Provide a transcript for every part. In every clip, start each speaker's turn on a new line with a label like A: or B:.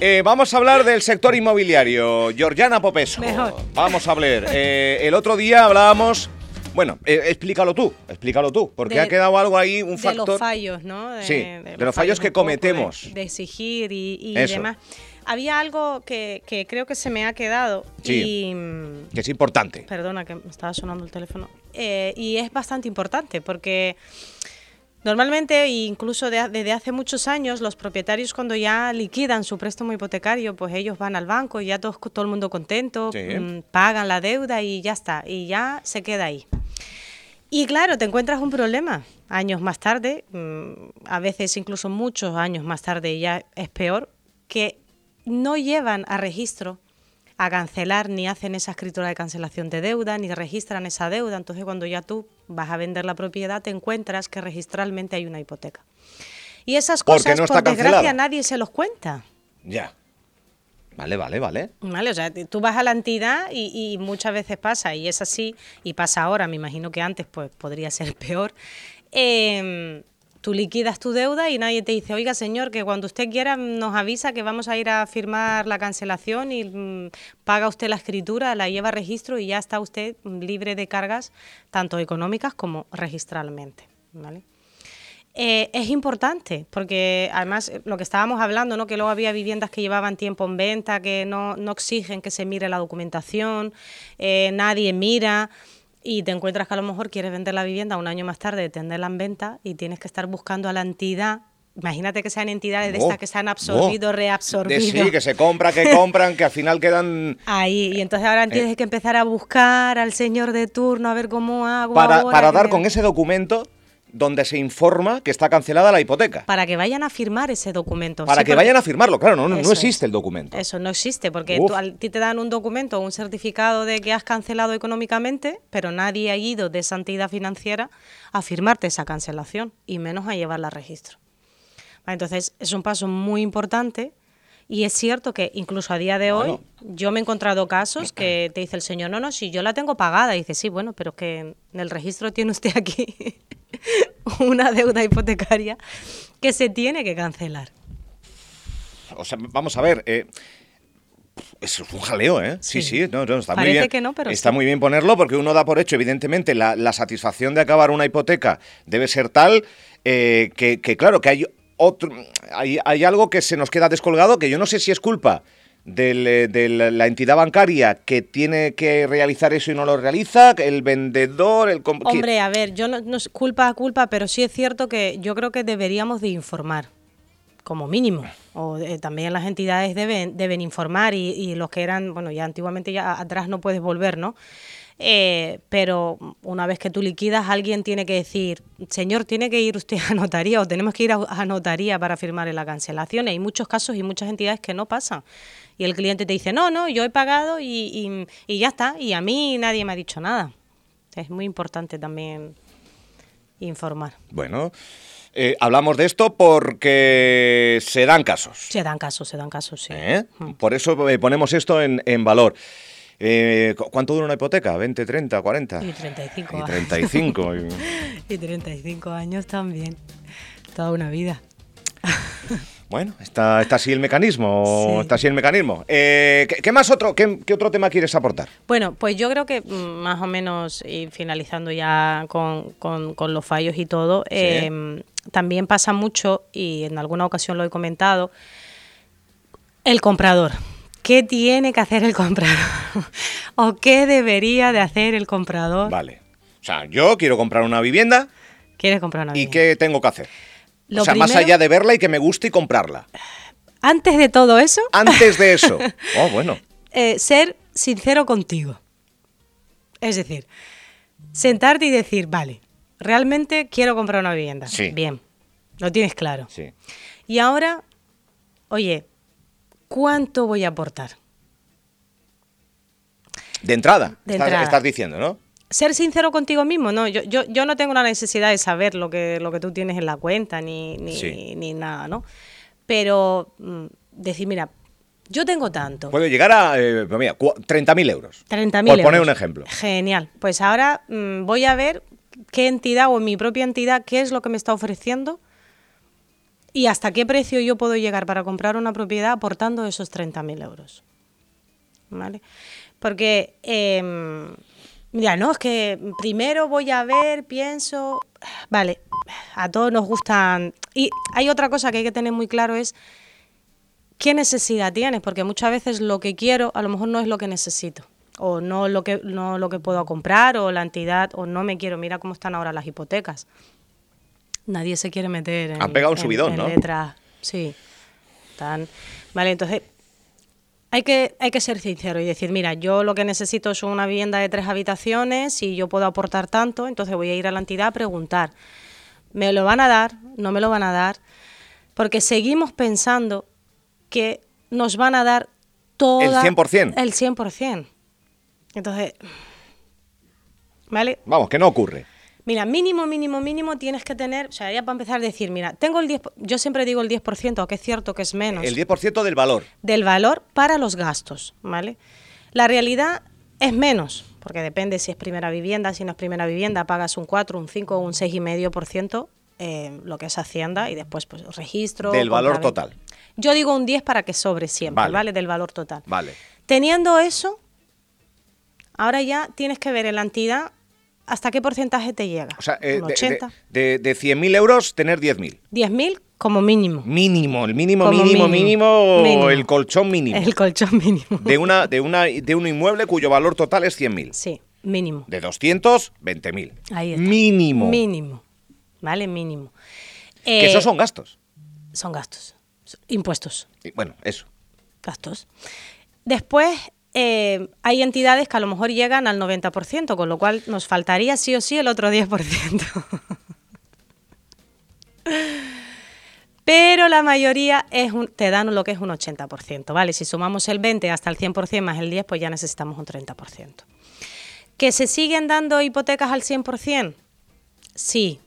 A: Eh, vamos a hablar del sector inmobiliario. Georgiana Popesco.
B: Mejor.
A: Vamos a hablar. Eh, el otro día hablábamos. Bueno, eh, explícalo tú, explícalo tú, porque
B: De-
A: ha quedado algo ahí, un
B: de los
A: factor.
B: fallos, ¿no? De,
A: Sí, de los fallos que
B: un poco,
A: cometemos.
B: De, de exigir y, y
A: Eso.
B: demás. Había algo que, que creo que se me ha quedado
A: Sí.
B: y mm,
A: que es importante.
B: perdona que me estaba sonando el teléfono Eh, y es bastante importante porque normalmente e incluso de- desde hace muchos años los propietarios cuando ya liquidan su préstamo hipotecario pues ellos van al banco y ya todos- todo, el mundo contento
A: Sí.
B: mm, pagan la deuda y ya está y ya se queda ahí y claro, te encuentras un problema años más tarde, mm, a veces incluso muchos años más tarde y ya es peor, que no llevan a registro a cancelar ni hacen esa escritura de cancelación de deuda, ni registran esa deuda. Entonces cuando ya tú vas a vender la propiedad te encuentras que registralmente hay una hipoteca. Y esas
A: Porque
B: cosas,
A: no está
B: por desgracia,
A: cancelada.
B: nadie se los cuenta.
A: Ya. Vale, vale, vale.
B: Vale, o sea, te- tú vas a la entidad y, y muchas veces pasa, y es así, y pasa ahora, me imagino que antes pues podría ser peor. em, tú liquidas tu deuda y nadie te dice, oiga señor, que cuando usted quiera nos avisa que vamos a ir a firmar la cancelación y mm, paga usted la escritura, la lleva a registro y ya está usted libre de cargas, tanto económicas como registralmente. ¿vale? Eh, es importante, porque además eh, lo que estábamos hablando, ¿no? que luego había viviendas que llevaban tiempo en venta, que no, no exigen que se mire la documentación, eh, nadie mira, y te encuentras que a lo mejor quieres vender la vivienda un año más tarde, tenerla en venta, y tienes que estar buscando a la entidad. Imagínate que sean entidades de
A: Bo,
B: estas que se han absorbido,
A: bo.
B: reabsorbido.
A: De sí, que se compra, que compran, que al final quedan.
B: Ahí, y entonces
A: Eh.
B: ahora tienes que empezar a buscar al señor de turno, a ver cómo hago.
A: Para,
B: ahora
A: para
B: que
A: dar
B: me-
A: con ese documento donde se informa que está cancelada la hipoteca.
B: Para que vayan a firmar ese documento.
A: Para
B: Sí,
A: que
B: porque-
A: vayan a firmarlo, claro, no, no, no
B: Eso es.
A: existe el documento.
B: Eso no existe, porque
A: Uf.
B: tú- al- a ti te dan un documento o un certificado de que has cancelado económicamente, pero nadie ha ido de esa entidad financiera a firmarte esa cancelación y menos a llevarla a registro. Vale, Entonces, es un paso muy importante y es cierto que incluso a día de hoy
A: Bueno.
B: yo me he encontrado casos que te dice el señor, no, no, si yo la tengo pagada. Y dice, sí, bueno, pero es que en el registro tiene usted aquí una deuda hipotecaria que se tiene que cancelar.
A: O sea, vamos a ver. eh, es un jaleo, ¿eh? Sí, sí,
B: Sí.
A: no, no, está muy
B: Parece
A: bien.
B: que no, pero
A: está
B: sí.
A: muy bien ponerlo porque uno da por hecho, evidentemente, la, la satisfacción de acabar una hipoteca debe ser tal eh, que, que, claro, que hay, otro, hay, hay algo que se nos queda descolgado que yo no sé si es culpa del, eh, de la la entidad bancaria que tiene que realizar eso y no lo realiza, el vendedor, el... com- ¿quién?
B: Hombre, a ver, yo no, no es culpa a culpa, pero sí es cierto que yo creo que deberíamos de informar, como mínimo. O eh, también las entidades deben, deben informar y, y los que eran, bueno, ya antiguamente ya atrás no puedes volver, ¿no? Eh, pero una vez que tú liquidas, alguien tiene que decir, señor, tiene que ir usted a notaría o tenemos que ir a, a notaría para firmar la cancelación. Hay muchos casos y muchas entidades que no pasan. Y el cliente te dice, no, no, yo he pagado y, y- y ya está. Y a mí nadie me ha dicho nada. Es muy importante también informar.
A: Bueno, eh, hablamos de esto porque se dan casos.
B: Se dan casos, se dan casos, sí.
A: ¿Eh? Por eso eh, ponemos esto en, en valor. Eh, ¿cu- ¿Cuánto dura una hipoteca? ¿20, 30, 40?
B: Y 35
A: Y
B: años.
A: 35. y-
B: Y 35 años también. Toda una vida.
A: bueno, está, está así el mecanismo.
B: Sí.
A: Está así el mecanismo. Eh, ¿qué, qué más otro, qué, qué otro tema quieres aportar?
B: Bueno, pues yo creo que mm, más o menos, y finalizando ya con, con- con los fallos y todo, eh, también pasa mucho, y en alguna ocasión lo he comentado, el comprador. ¿Qué tiene que hacer el comprador? ¿O qué debería de hacer el comprador?
A: Vale. O sea, yo quiero comprar una vivienda
B: ¿Quieres comprar una
A: y
B: vivienda?
A: ¿qué tengo que hacer?
B: Lo
A: o sea, más
B: primero-
A: allá de verla y que me guste y comprarla.
B: Antes de todo eso,
A: Antes de eso. Oh, bueno.
B: eh, ser sincero contigo. Es decir, sentarte y decir, vale, realmente quiero comprar una vivienda.
A: Sí.
B: Bien, lo tienes claro.
A: Sí.
B: Y ahora, oye, ¿cuánto voy a aportar?
A: De entrada.
B: De
A: estás,
B: entrada.
A: estás diciendo, ¿no?
B: Ser sincero contigo mismo, no, yo, yo, yo no tengo la necesidad de saber lo que, lo que tú tienes en la cuenta ni, ni,
A: Sí.
B: ni nada, ¿no? Pero mm, decir, mira, yo tengo tanto.
A: Puede llegar a, eh, pues mira, cua- 30.000 euros.
B: 30.000
A: Por poner
B: euros.
A: un ejemplo.
B: Genial. Pues ahora mm, voy a ver qué entidad o mi propia entidad, qué es lo que me está ofreciendo ¿Y hasta qué precio yo puedo llegar para comprar una propiedad aportando esos 30.000 euros? ¿Vale? Porque, eh, mira, no, es que primero voy a ver, pienso, vale, a todos nos gustan... Y hay otra cosa que hay que tener muy claro es qué necesidad tienes, porque muchas veces lo que quiero a lo mejor no es lo que necesito o no lo que no lo que puedo comprar o la entidad o no me quiero mira cómo están ahora las hipotecas nadie se quiere meter en,
A: Han pegado un
B: en-
A: subidón,
B: en
A: ¿no?
B: letras. Sí. Tan- Vale, entonces hay que, hay que ser sincero y decir, mira, yo lo que necesito es una vivienda de tres habitaciones y yo puedo aportar tanto, entonces voy a ir a la entidad a preguntar, ¿me lo van a dar? ¿No me lo van a dar? Porque seguimos pensando que nos van a dar todo...
A: El 100%.
B: El 100%. Entonces, ¿vale?
A: Vamos, que no ocurre.
B: Mira, mínimo, mínimo, mínimo tienes que tener, o sea, ya para empezar a decir, mira, tengo el 10, yo siempre digo el 10%, que es cierto que es menos,
A: El 10% del valor.
B: del valor para los gastos, ¿vale? La realidad es menos, porque depende si es primera vivienda, si no es primera vivienda, pagas un 4, un 5 o un 6,5%, eh, lo que es Hacienda, y después pues registro.
A: Del valor
B: compraventa.
A: total.
B: Yo digo un 10 para que sobre siempre,
A: Vale.
B: ¿vale? Del valor total.
A: Vale.
B: Teniendo eso, ahora ya tienes que ver en la entidad hasta qué porcentaje te llega.
A: O sea, eh,
B: ¿Un
A: de-
B: 80?
A: de, de, de 100.000 euros, tener 10.000.
B: 10.000 como mínimo.
A: Mínimo, el mínimo,
B: Como
A: mínimo, mínimo,
B: mínimo. Mínimo.
A: el colchón mínimo.
B: El colchón mínimo.
A: De, una, de, una, de un inmueble cuyo valor total es 100.000.
B: Sí, mínimo.
A: De 200, 20.000.
B: Ahí está.
A: Mínimo.
B: Mínimo. ¿Vale? Mínimo.
A: Que
B: Eh,
A: esos son gastos.
B: son gastos. Son Impuestos.
A: Y Bueno, eso.
B: Gastos. Después, eh, hay entidades que a lo mejor llegan al 90%, con lo cual nos faltaría sí o sí el otro 10%. Pero la mayoría es un- te dan lo que es un 80%, ¿vale? Si sumamos el 20 hasta el 100% más el 10, pues ya necesitamos un 30%. ¿Que se siguen dando hipotecas al 100%? Sí,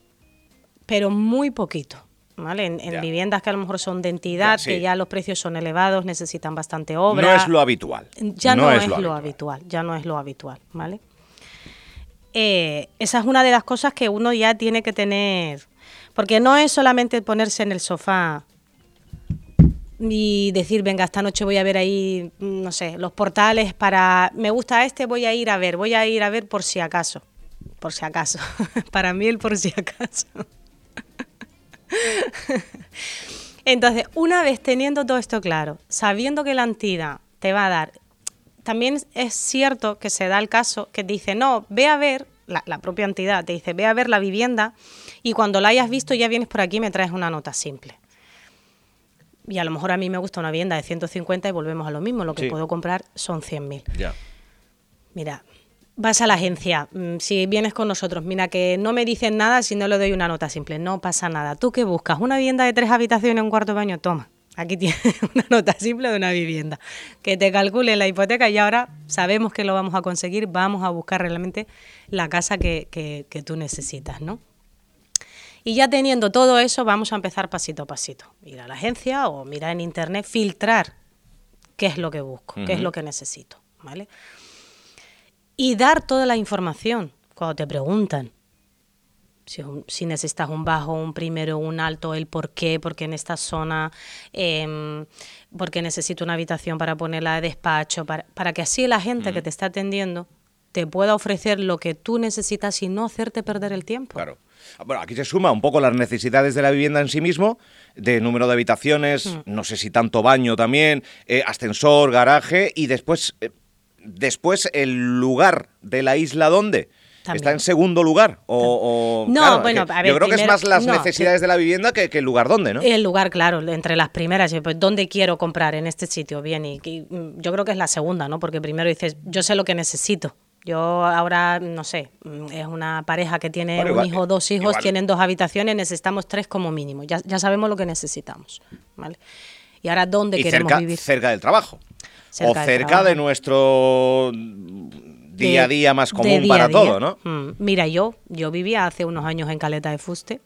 B: pero muy poquito, ¿vale? En, en
A: Ya.
B: viviendas que a lo mejor son de entidad,
A: Ya, sí.
B: que ya los precios son elevados, necesitan bastante obra.
A: No es lo habitual.
B: Ya no, es, lo, habitual. ya no es lo habitual, ¿vale? Eh, esa es una de las cosas que uno ya tiene que tener, porque no es solamente ponerse en el sofá y decir, venga, esta noche voy a ver ahí, mm, no sé, los portales para, me gusta este, voy a ir a ver, voy a ir a ver por si acaso, por si acaso, para mí el por si acaso. Entonces, una vez teniendo todo esto claro, sabiendo que la entidad te va a dar, también es cierto que se da el caso que te dice, no, ve a ver, la, la propia entidad te dice, ve a ver la vivienda y cuando la hayas visto ya vienes por aquí y me traes una nota simple. Y a lo mejor a mí me gusta una vivienda de 150 y volvemos a lo mismo, lo que
A: Sí.
B: puedo comprar son 100.000.
A: Ya.
B: Mira, vas a la agencia, mm, si vienes con nosotros, mira que no me dicen nada si no le doy una nota simple, no pasa nada. ¿Tú qué buscas? ¿Una vivienda de tres habitaciones, un cuarto de baño? Toma, aquí tienes una nota simple de una vivienda. Que te calcule la hipoteca y ahora sabemos que lo vamos a conseguir, vamos a buscar realmente la casa que, que- que tú necesitas, ¿no? Y ya teniendo todo eso, vamos a empezar pasito a pasito. Ir a la agencia o mirar en internet, filtrar qué es lo que busco, qué es
A: Ujú.
B: lo que necesito, ¿vale? y dar toda la información cuando te preguntan. Si, es un- si necesitas un bajo, un primero, un alto, el por qué, porque en esta zona, em, porque necesito una habitación para ponerla de despacho, para, para que así la gente que te está atendiendo te pueda ofrecer lo que tú necesitas y no hacerte perder el tiempo.
A: Claro. Ah, Bueno, aquí se suma un poco las necesidades de la vivienda en sí mismo, de número de habitaciones,
B: Mm.
A: no sé si tanto baño también, eh, ascensor, garaje y después, eh, después el lugar de la isla donde.
B: También.
A: ¿Está en segundo lugar? O, o-
B: No,
A: claro, es
B: bueno,
A: que
B: a ver,
A: yo creo que es
B: primero-
A: más las
B: no,
A: necesidades de la vivienda que, que el lugar donde, ¿no?
B: El lugar, claro, entre las primeras, pues, ¿dónde quiero comprar en este sitio? Bien, y, y, mm, yo creo que es la segunda, ¿no? Porque primero dices, yo sé lo que necesito. Yo ahora, no sé, mm, es una pareja que tiene
A: Bueno,
B: un
A: igual-
B: hijo, dos hijos,
A: igual-
B: tienen dos habitaciones, necesitamos tres como mínimo. Ya, ya sabemos lo que necesitamos, ¿vale? Y ahora, ¿dónde
A: y
B: queremos
A: cerca,
B: vivir?
A: cerca del trabajo.
B: Cerca
A: o
B: del
A: cerca
B: trabajo.
A: de nuestro día a día más
B: de
A: común
B: día
A: para
B: a día.
A: todo, ¿no?
B: Mm, Mira, yo, yo vivía hace unos años en Caleta de Fuste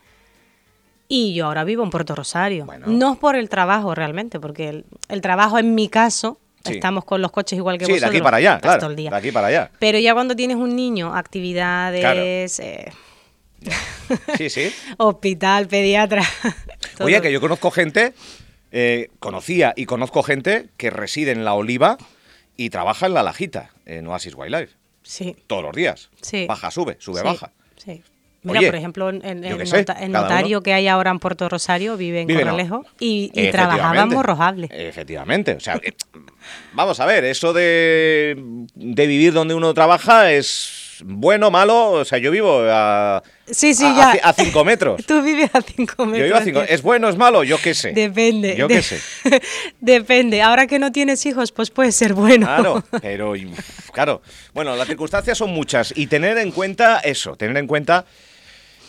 B: y yo ahora vivo en Puerto Rosario.
A: Bueno.
B: No es por el trabajo realmente, porque el, el trabajo en mi caso,
A: Sí.
B: estamos con los coches igual que
A: Sí, de
B: vosotros.
A: aquí para allá,
B: estás
A: claro.
B: todo el día.
A: De aquí para allá.
B: Pero ya cuando tienes un niño, actividades,
A: Claro.
B: eh,
A: Sí, sí.
B: hospital, pediatra. Todo.
A: Oye, que yo conozco gente, eh, conocía y conozco gente que reside en La Oliva y trabaja en La Lajita, en Oasis Wildlife,
B: Sí,
A: todos los días.
B: Sí.
A: Baja, sube, sube,
B: sí,
A: baja.
B: sí. Mira,
A: Oye,
B: por ejemplo, en- en-
A: yo
B: el,
A: qué sé,
B: nota- el
A: cada
B: notario
A: uno.
B: que hay ahora en Puerto Rosario vive en
A: Vive en-
B: Corralejo y, y
A: Efectivamente.
B: trabajaba en Morrojable.
A: Efectivamente. O sea, eh, vamos a ver, eso de, de vivir donde uno trabaja es bueno, malo. O sea, yo vivo a,
B: Sí, sí,
A: a,
B: ya.
A: a ci- a cinco metros.
B: Tú vives a cinco metros.
A: Yo vivo a cinco.
B: de-
A: ¿Es bueno, es malo? Yo qué sé.
B: Depende.
A: Yo
B: de-
A: qué sé.
B: Depende. Ahora que no tienes hijos, pues puede ser bueno.
A: Claro, pero uf, claro. Bueno, las circunstancias son muchas y tener en cuenta eso, tener en cuenta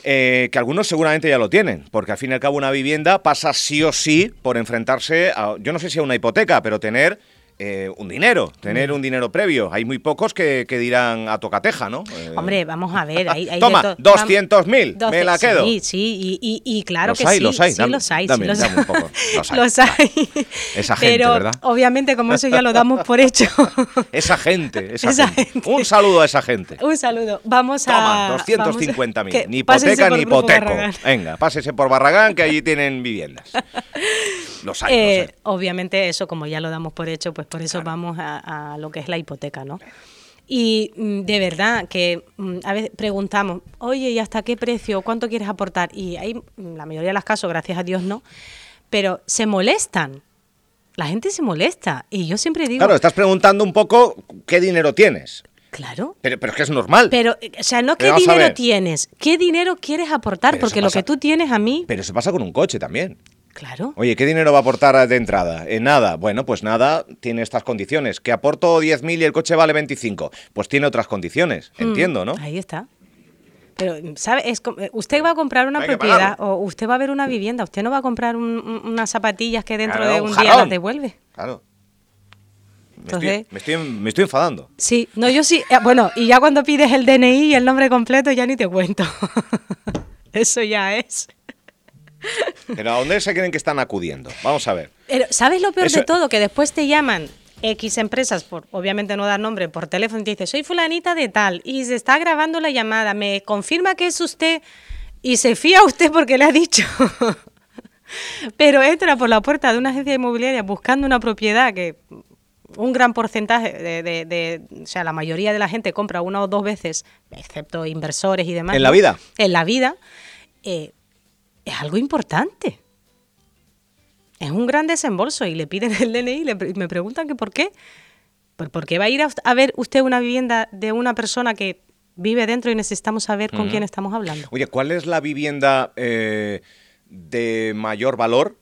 A: eh, que algunos seguramente ya lo tienen, porque al fin y al cabo una vivienda pasa sí o sí por enfrentarse a, yo no sé si a una hipoteca, pero tener eh, un dinero,
B: Mm.
A: tener un dinero previo. Hay muy pocos que, que dirán a tocateja, ¿no? Eh,
B: Hombre, vamos a ver. Hay, hay de
A: Toma,
B: to-
A: 200.000,
B: Doce-
A: me la quedo.
B: Sí, sí, y, y- y claro
A: Los
B: que
A: hay,
B: sí.
A: los hay,
B: sí,
A: dame-
B: los hay. sí,
A: dame-
B: los,
A: dame un poco, los hay.
B: Los hay.
A: Esa gente,
B: Pero,
A: ¿verdad?
B: obviamente, como eso ya lo damos por hecho.
A: Esa gente, esa,
B: Esa
A: gente.
B: gente.
A: Un saludo a esa gente.
B: Un saludo. Vamos a.
A: Toma,
B: vamos a-
A: 250.000.
B: que-
A: Ni
B: pásense
A: hipoteca
B: por
A: ni
B: Grupo
A: hipoteco.
B: Barragán.
A: Venga, pásese por Barragán, que allí tienen viviendas. Los hay,
B: Eh,
A: los hay.
B: Obviamente eso, como ya lo damos por hecho, pues por eso vamos a, a lo que es la hipoteca, ¿no? Y mm, de verdad que mm, a veces preguntamos, oye, ¿y hasta qué precio? ¿Cuánto quieres aportar? Y hay, mm, la mayoría de los casos, gracias a Dios, no, pero se molestan. La gente se molesta. Y yo siempre digo,
A: Claro, estás preguntando un poco qué dinero tienes.
B: claro.
A: Pero, pero es que es normal. Pero,
B: Pero, eh, o sea, no
A: Pero
B: qué
A: vamos a
B: dinero
A: ver.
B: tienes, qué dinero quieres aportar,
A: Pero eso
B: porque lo
A: pasa.
B: que tú tienes a mí,
A: eso pasa con un coche también.
B: claro.
A: Oye, ¿qué dinero va a aportar de entrada? Eh, nada. Bueno, pues nada, tiene estas condiciones. Que aporto 10.000 y el coche vale 25. Pues tiene otras condiciones,
B: Hmm.
A: entiendo, ¿no?
B: Ahí está. Pero, ¿sabe? Es, como- eh, usted va a comprar una
A: Hay que
B: propiedad
A: pagarlo.
B: o usted va a ver una vivienda, usted no va a comprar un- un- unas zapatillas que dentro
A: Claro,
B: de
A: un
B: un, día
A: jarrón.
B: las devuelve.
A: Claro. Me,
B: Entonces-
A: estoy, me, estoy, me estoy enfadando.
B: Sí, no, yo sí. eh, bueno, y ya cuando pides el DNI y el nombre completo, ya ni te cuento. Eso ya es.
A: Pero ¿a dónde se creen que están acudiendo? Vamos a ver.
B: Pero, ¿sabes lo peor
A: Eso-
B: de todo? Que después te llaman X empresas, por obviamente no dar nombre, por teléfono, y te dice, soy fulanita de tal, y se está grabando la llamada, me confirma que es usted, y se fía usted porque le ha dicho. Pero entra por la puerta de una agencia inmobiliaria buscando una propiedad que un gran porcentaje de, de- de- o sea, la mayoría de la gente compra una o dos veces, excepto inversores y demás.
A: ¿En la vida?
B: En la vida. eh, es algo importante. Es un gran desembolso y le piden el DNI y, le pre- y me preguntan que por qué. Pues porque va a ir a, us- a ver usted una vivienda de una persona que vive dentro y necesitamos saber con quién estamos hablando.
A: Oye, ¿cuál es la vivienda eh, de mayor valor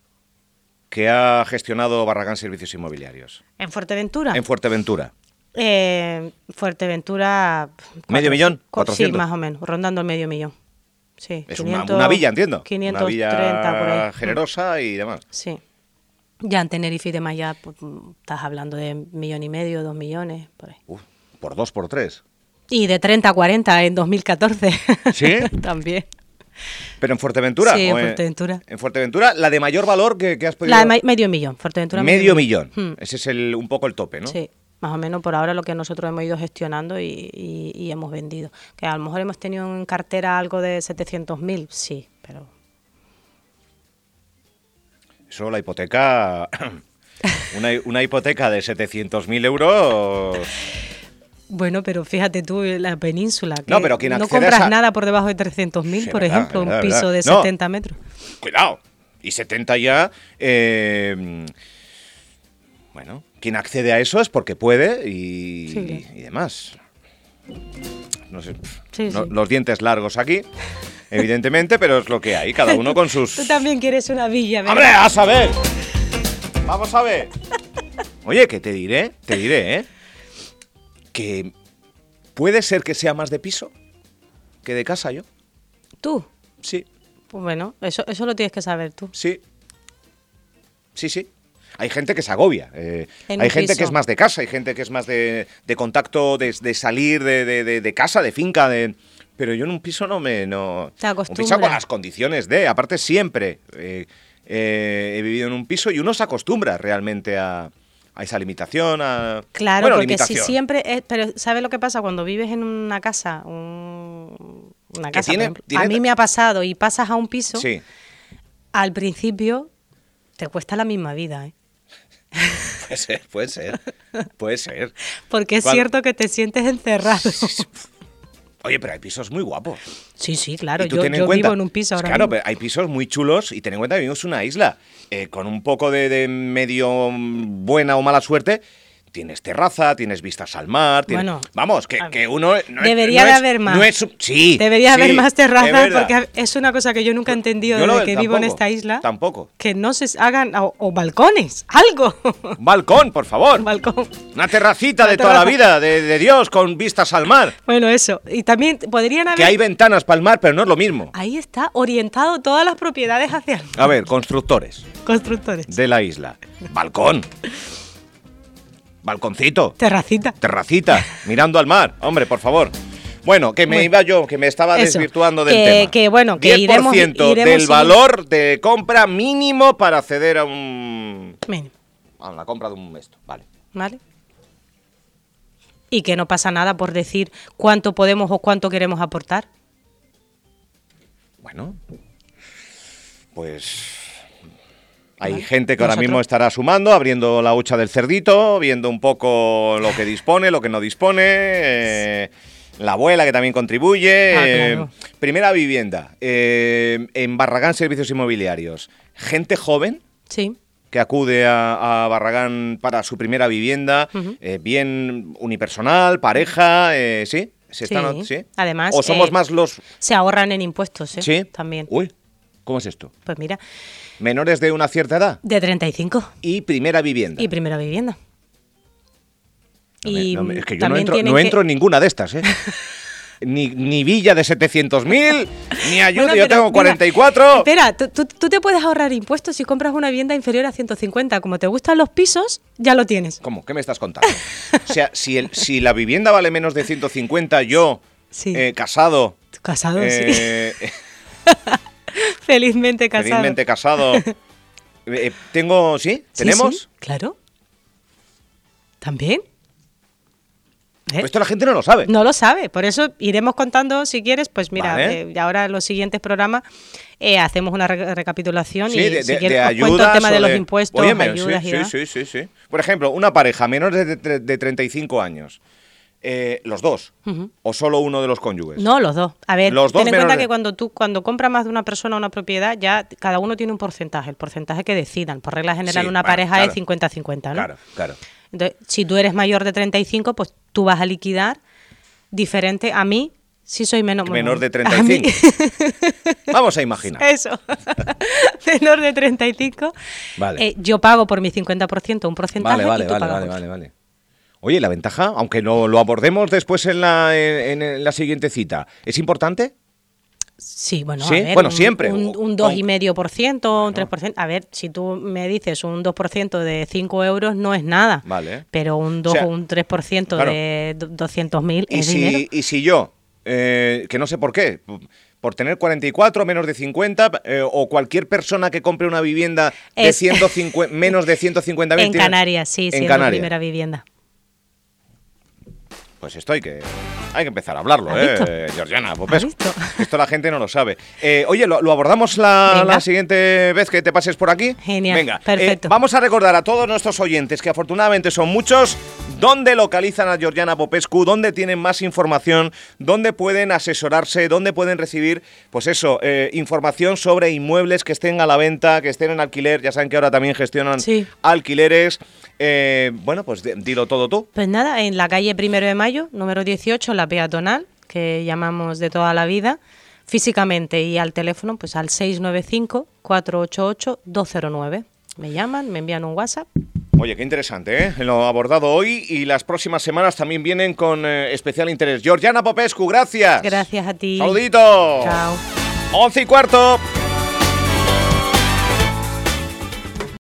A: que ha gestionado Barragán Servicios Inmobiliarios?
B: En Fuerteventura.
A: En Fuerteventura.
B: Eh, Fuerteventura. cuatro-
A: ¿Medio millón?
B: cu- Sí,
A: 400.
B: más o menos, rondando el medio millón. Sí,
A: Es una-
B: 500,
A: una, villa, entiendo.
B: 530
A: una villa
B: por ahí.
A: generosa y demás.
B: Sí. Ya en Tenerife y demás, ya pues, mm, estás hablando de millón y medio, dos millones, por ahí.
A: Uf, por dos, por tres.
B: Y de 30 a 40 en 2014.
A: ¿Sí?
B: También.
A: ¿Pero en Fuerteventura?
B: Sí, en
A: o
B: Fuerteventura.
A: En Fuerteventura, la de mayor valor que, que has podido...
B: La de ma- medio millón, Fuerteventura.
A: Medio millón.
B: Mm.
A: Ese es el, un poco el tope, ¿no?
B: Sí, más o menos por ahora lo que nosotros hemos ido gestionando y, y- y hemos vendido. Que a lo mejor hemos tenido en cartera algo de 700.000, sí, pero
A: Eso, la hipoteca... Una, una hipoteca de 700.000 euros...
B: Bueno, pero fíjate tú, eh, la península. Que
A: No, pero quien accede a
B: compras
A: esa-
B: nada por debajo de 300.000,
A: Sí,
B: por
A: verdad,
B: ejemplo,
A: verdad,
B: un piso
A: verdad.
B: de
A: No.
B: 70 metros.
A: Cuidado. Y 70 ya. eh, bueno, quien accede a eso es porque puede y,
B: Sí, claro.
A: y demás. No sé, pf,
B: Sí,
A: no-
B: sí.
A: Los dientes largos aquí, evidentemente, pero es lo que hay. Cada uno con sus.
B: Tú también quieres una villa, ¿verdad?
A: ¡Hombre, a saber! Vamos a ver. Oye, que te diré, te diré, ¿eh? Que puede ser que sea más de piso que de casa yo.
B: Tú.
A: Sí.
B: Pues bueno, eso, eso lo tienes que saber tú.
A: Sí. Sí, sí. Hay gente que se agobia. eh,
B: En
A: hay
B: un
A: gente que
B: piso.
A: es más de casa, hay gente que es más de, de contacto, de, de salir de, de- de- de casa, de finca, de. Pero yo en un piso no me. No,
B: Te
A: Un piso con
B: acostumbras.
A: las condiciones de. Aparte, siempre eh, eh, he vivido en un piso y uno se acostumbra realmente a, a esa limitación. A,
B: Claro,
A: bueno,
B: porque si
A: limitación.
B: siempre... es- pero ¿sabes lo que pasa cuando vives en una casa? un- una
A: Que
B: casa, por
A: tiene-
B: ejemplo.
A: tiene-
B: A mí me ha pasado y pasas a un piso,
A: Sí.
B: al principio te cuesta la misma vida, ¿eh?
A: Puede ser, puede ser, puede ser.
B: Porque es
A: Cuando-
B: cierto que te sientes encerrado.
A: Oye, pero hay pisos muy guapos.
B: Sí, sí, claro.
A: Y tú
B: Yo,
A: ten en
B: yo
A: cuenta- Pues
B: vivo en un piso ahora
A: Claro,
B: mismo.
A: pero hay pisos muy chulos y ten en cuenta que vivimos en una isla. eh, con un poco de, de medio mm, buena o mala suerte, tienes terraza, tienes vistas al mar. tienes-
B: Bueno,
A: vamos, que,
B: a ver,
A: que uno. no es-
B: debería
A: no
B: de
A: es-
B: haber más.
A: no es- sí.
B: Debería
A: sí,
B: haber más
A: es
B: terrazas
A: verdad.
B: porque es una cosa que yo nunca he entendido
A: Yo lo-
B: desde que vivo en
A: tampoco,
B: esta isla.
A: Tampoco.
B: Que no se hagan o, o balcones, algo.
A: Un balcón, por favor.
B: Un balcón.
A: Una terracita
B: Una
A: de toda la
B: terraza.
A: vida, de, de Dios, con vistas al mar.
B: Bueno, eso. Y también podrían haber.
A: Que hay ventanas para el mar, pero no es lo mismo.
B: Ahí está orientado todas las propiedades hacia el
A: A ver, constructores
B: constructores.
A: de la isla. Balcón. Balconcito.
B: Terracita.
A: Terracita, mirando al mar. Hombre, por favor. Bueno, que me
B: Bueno.
A: iba yo, que me estaba
B: Eso,
A: desvirtuando del
B: que-
A: tema.
B: que bueno, que iremos-
A: 10%
B: iremos
A: del
B: sin-
A: valor de compra mínimo para acceder a un
B: Mínimo,
A: a la compra de un esto, vale.
B: ¿Vale? Y que no pasa nada por decir cuánto podemos o cuánto queremos aportar.
A: Bueno. Pues hay gente que ahora
B: nosotros.
A: mismo estará sumando, abriendo la hucha del cerdito, viendo un poco lo que dispone, lo que no dispone. eh, la abuela que también contribuye.
B: Ah,
A: eh,
B: claro.
A: primera vivienda. eh, en Barragán Servicios Inmobiliarios. Gente joven
B: Sí.
A: que acude a, a Barragán para su primera vivienda,
B: Ujú.
A: eh, bien unipersonal, pareja, eh, ¿sí? ¿Se están-
B: Sí. Además,
A: ¿O somos
B: eh,
A: más los...?
B: Se ahorran en impuestos, ¿eh?
A: ¿Sí?
B: También.
A: Uy, ¿cómo es esto?
B: Pues mira,
A: menores de una cierta edad
B: de 35
A: y primera vivienda.
B: y primera vivienda.
A: No me-
B: y
A: no me- es que yo no
B: también
A: entro,
B: tienen
A: no
B: que-
A: entro en ninguna de estas, ¿eh? ni, ni villa de 700.000, ni ayuda,
B: Bueno,
A: yo
B: pero,
A: tengo
B: mira,
A: 44.
B: espera, tú, tú- tú te puedes ahorrar impuestos si compras una vivienda inferior a 150. Como te gustan los pisos, ya lo tienes.
A: ¿Cómo? ¿Qué me estás contando? o sea, si, el, si la vivienda vale menos de 150, yo,
B: Sí.
A: eh, casado,
B: Casado, sí.
A: eh,
B: Felizmente casado.
A: felizmente casado, eh, tengo, ¿sí?
B: Sí,
A: ¿Tenemos?
B: sí, claro. ¿También? ¿Eh?
A: Pues esto la gente no lo sabe.
B: No lo sabe, por eso iremos contando, si quieres, pues mira,
A: Vale.
B: eh, y ahora en los siguientes programas eh, hacemos una re- recapitulación
A: Sí,
B: y
A: de,
B: si
A: de-
B: quieres
A: de
B: os cuento el
A: ayudas
B: tema
A: o
B: de los impuestos,
A: Oye, me-
B: ayudas
A: sí,
B: y
A: sí,
B: demás.
A: sí, sí, sí. Por ejemplo, una pareja menor de, tre- de 35 años, eh, los dos,
B: Ujú.
A: o solo uno de los cónyuges.
B: No, los dos. A ver,
A: Los dos
B: ten en cuenta
A: menores.
B: que cuando tú cuando compra más de una persona una propiedad, ya cada uno tiene un porcentaje, el porcentaje que decidan. Por regla general,
A: Sí,
B: una
A: bueno,
B: pareja
A: claro.
B: es 50-50, ¿no?
A: Claro, claro.
B: Entonces, si tú eres mayor de 35, pues tú vas a liquidar diferente a mí si soy menor.
A: Menor de
B: a mí- Eh,
A: 35. Vamos a imaginar.
B: Eso. menor de 35.
A: Vale.
B: Eh, yo pago por mi 50% un porcentaje
A: Vale, vale,
B: y tú
A: vale,
B: pagas
A: vale,
B: otro.
A: vale, vale. Oye, la ventaja, aunque no lo abordemos después en la, en- en la siguiente cita, ¿es importante?
B: Sí, bueno,
A: Sí,
B: a ver,
A: bueno,
B: un,
A: siempre,
B: Un,
A: o-
B: un
A: con-
B: 2,5%, un 3%. A ver, si tú me dices un 2% de 5 euros no es nada.
A: Vale.
B: Pero un 2
A: O sea,
B: o un 3%
A: claro.
B: de do- 200.000
A: ¿Y
B: es dinero.
A: si, y si yo, eh, que no sé por qué, p- por tener 44, menos de 50, eh, o cualquier persona que compre una vivienda de
B: Es-
A: 150, menos de 150
B: En Canarias, sí,
A: en
B: siendo
A: Canarias.
B: primera vivienda.
A: Pues esto hay que, hay que empezar a hablarlo,
B: ¿Has visto?
A: ¿eh, Georgiana? Popescu.
B: visto?
A: Esto la gente no lo sabe. Eh, oye, ¿lo, lo abordamos la,
B: Venga.
A: la siguiente vez que te pases por aquí?
B: Genial,
A: Venga, eh,
B: perfecto.
A: vamos a recordar a todos nuestros oyentes, que afortunadamente son muchos, dónde localizan a Georgiana Popescu, dónde tienen más información, dónde pueden asesorarse, dónde pueden recibir, pues eso, eh, información sobre inmuebles que estén a la venta, que estén en alquiler. Ya saben que ahora también gestionan
B: Sí.
A: alquileres. Eh, bueno, pues de- dilo todo tú.
B: Pues nada, en la calle Primero de Mayo, número 18, la peatonal, que llamamos de toda la vida, físicamente y al teléfono, pues al 695-488-209. Me llaman, me envían un WhatsApp.
A: Oye, qué interesante, ¿eh? Lo abordado hoy y las próximas semanas también vienen con eh, especial interés. Georgiana Popescu, gracias.
B: Gracias a ti.
A: Saludito.
B: Chao.
A: 11 y cuarto.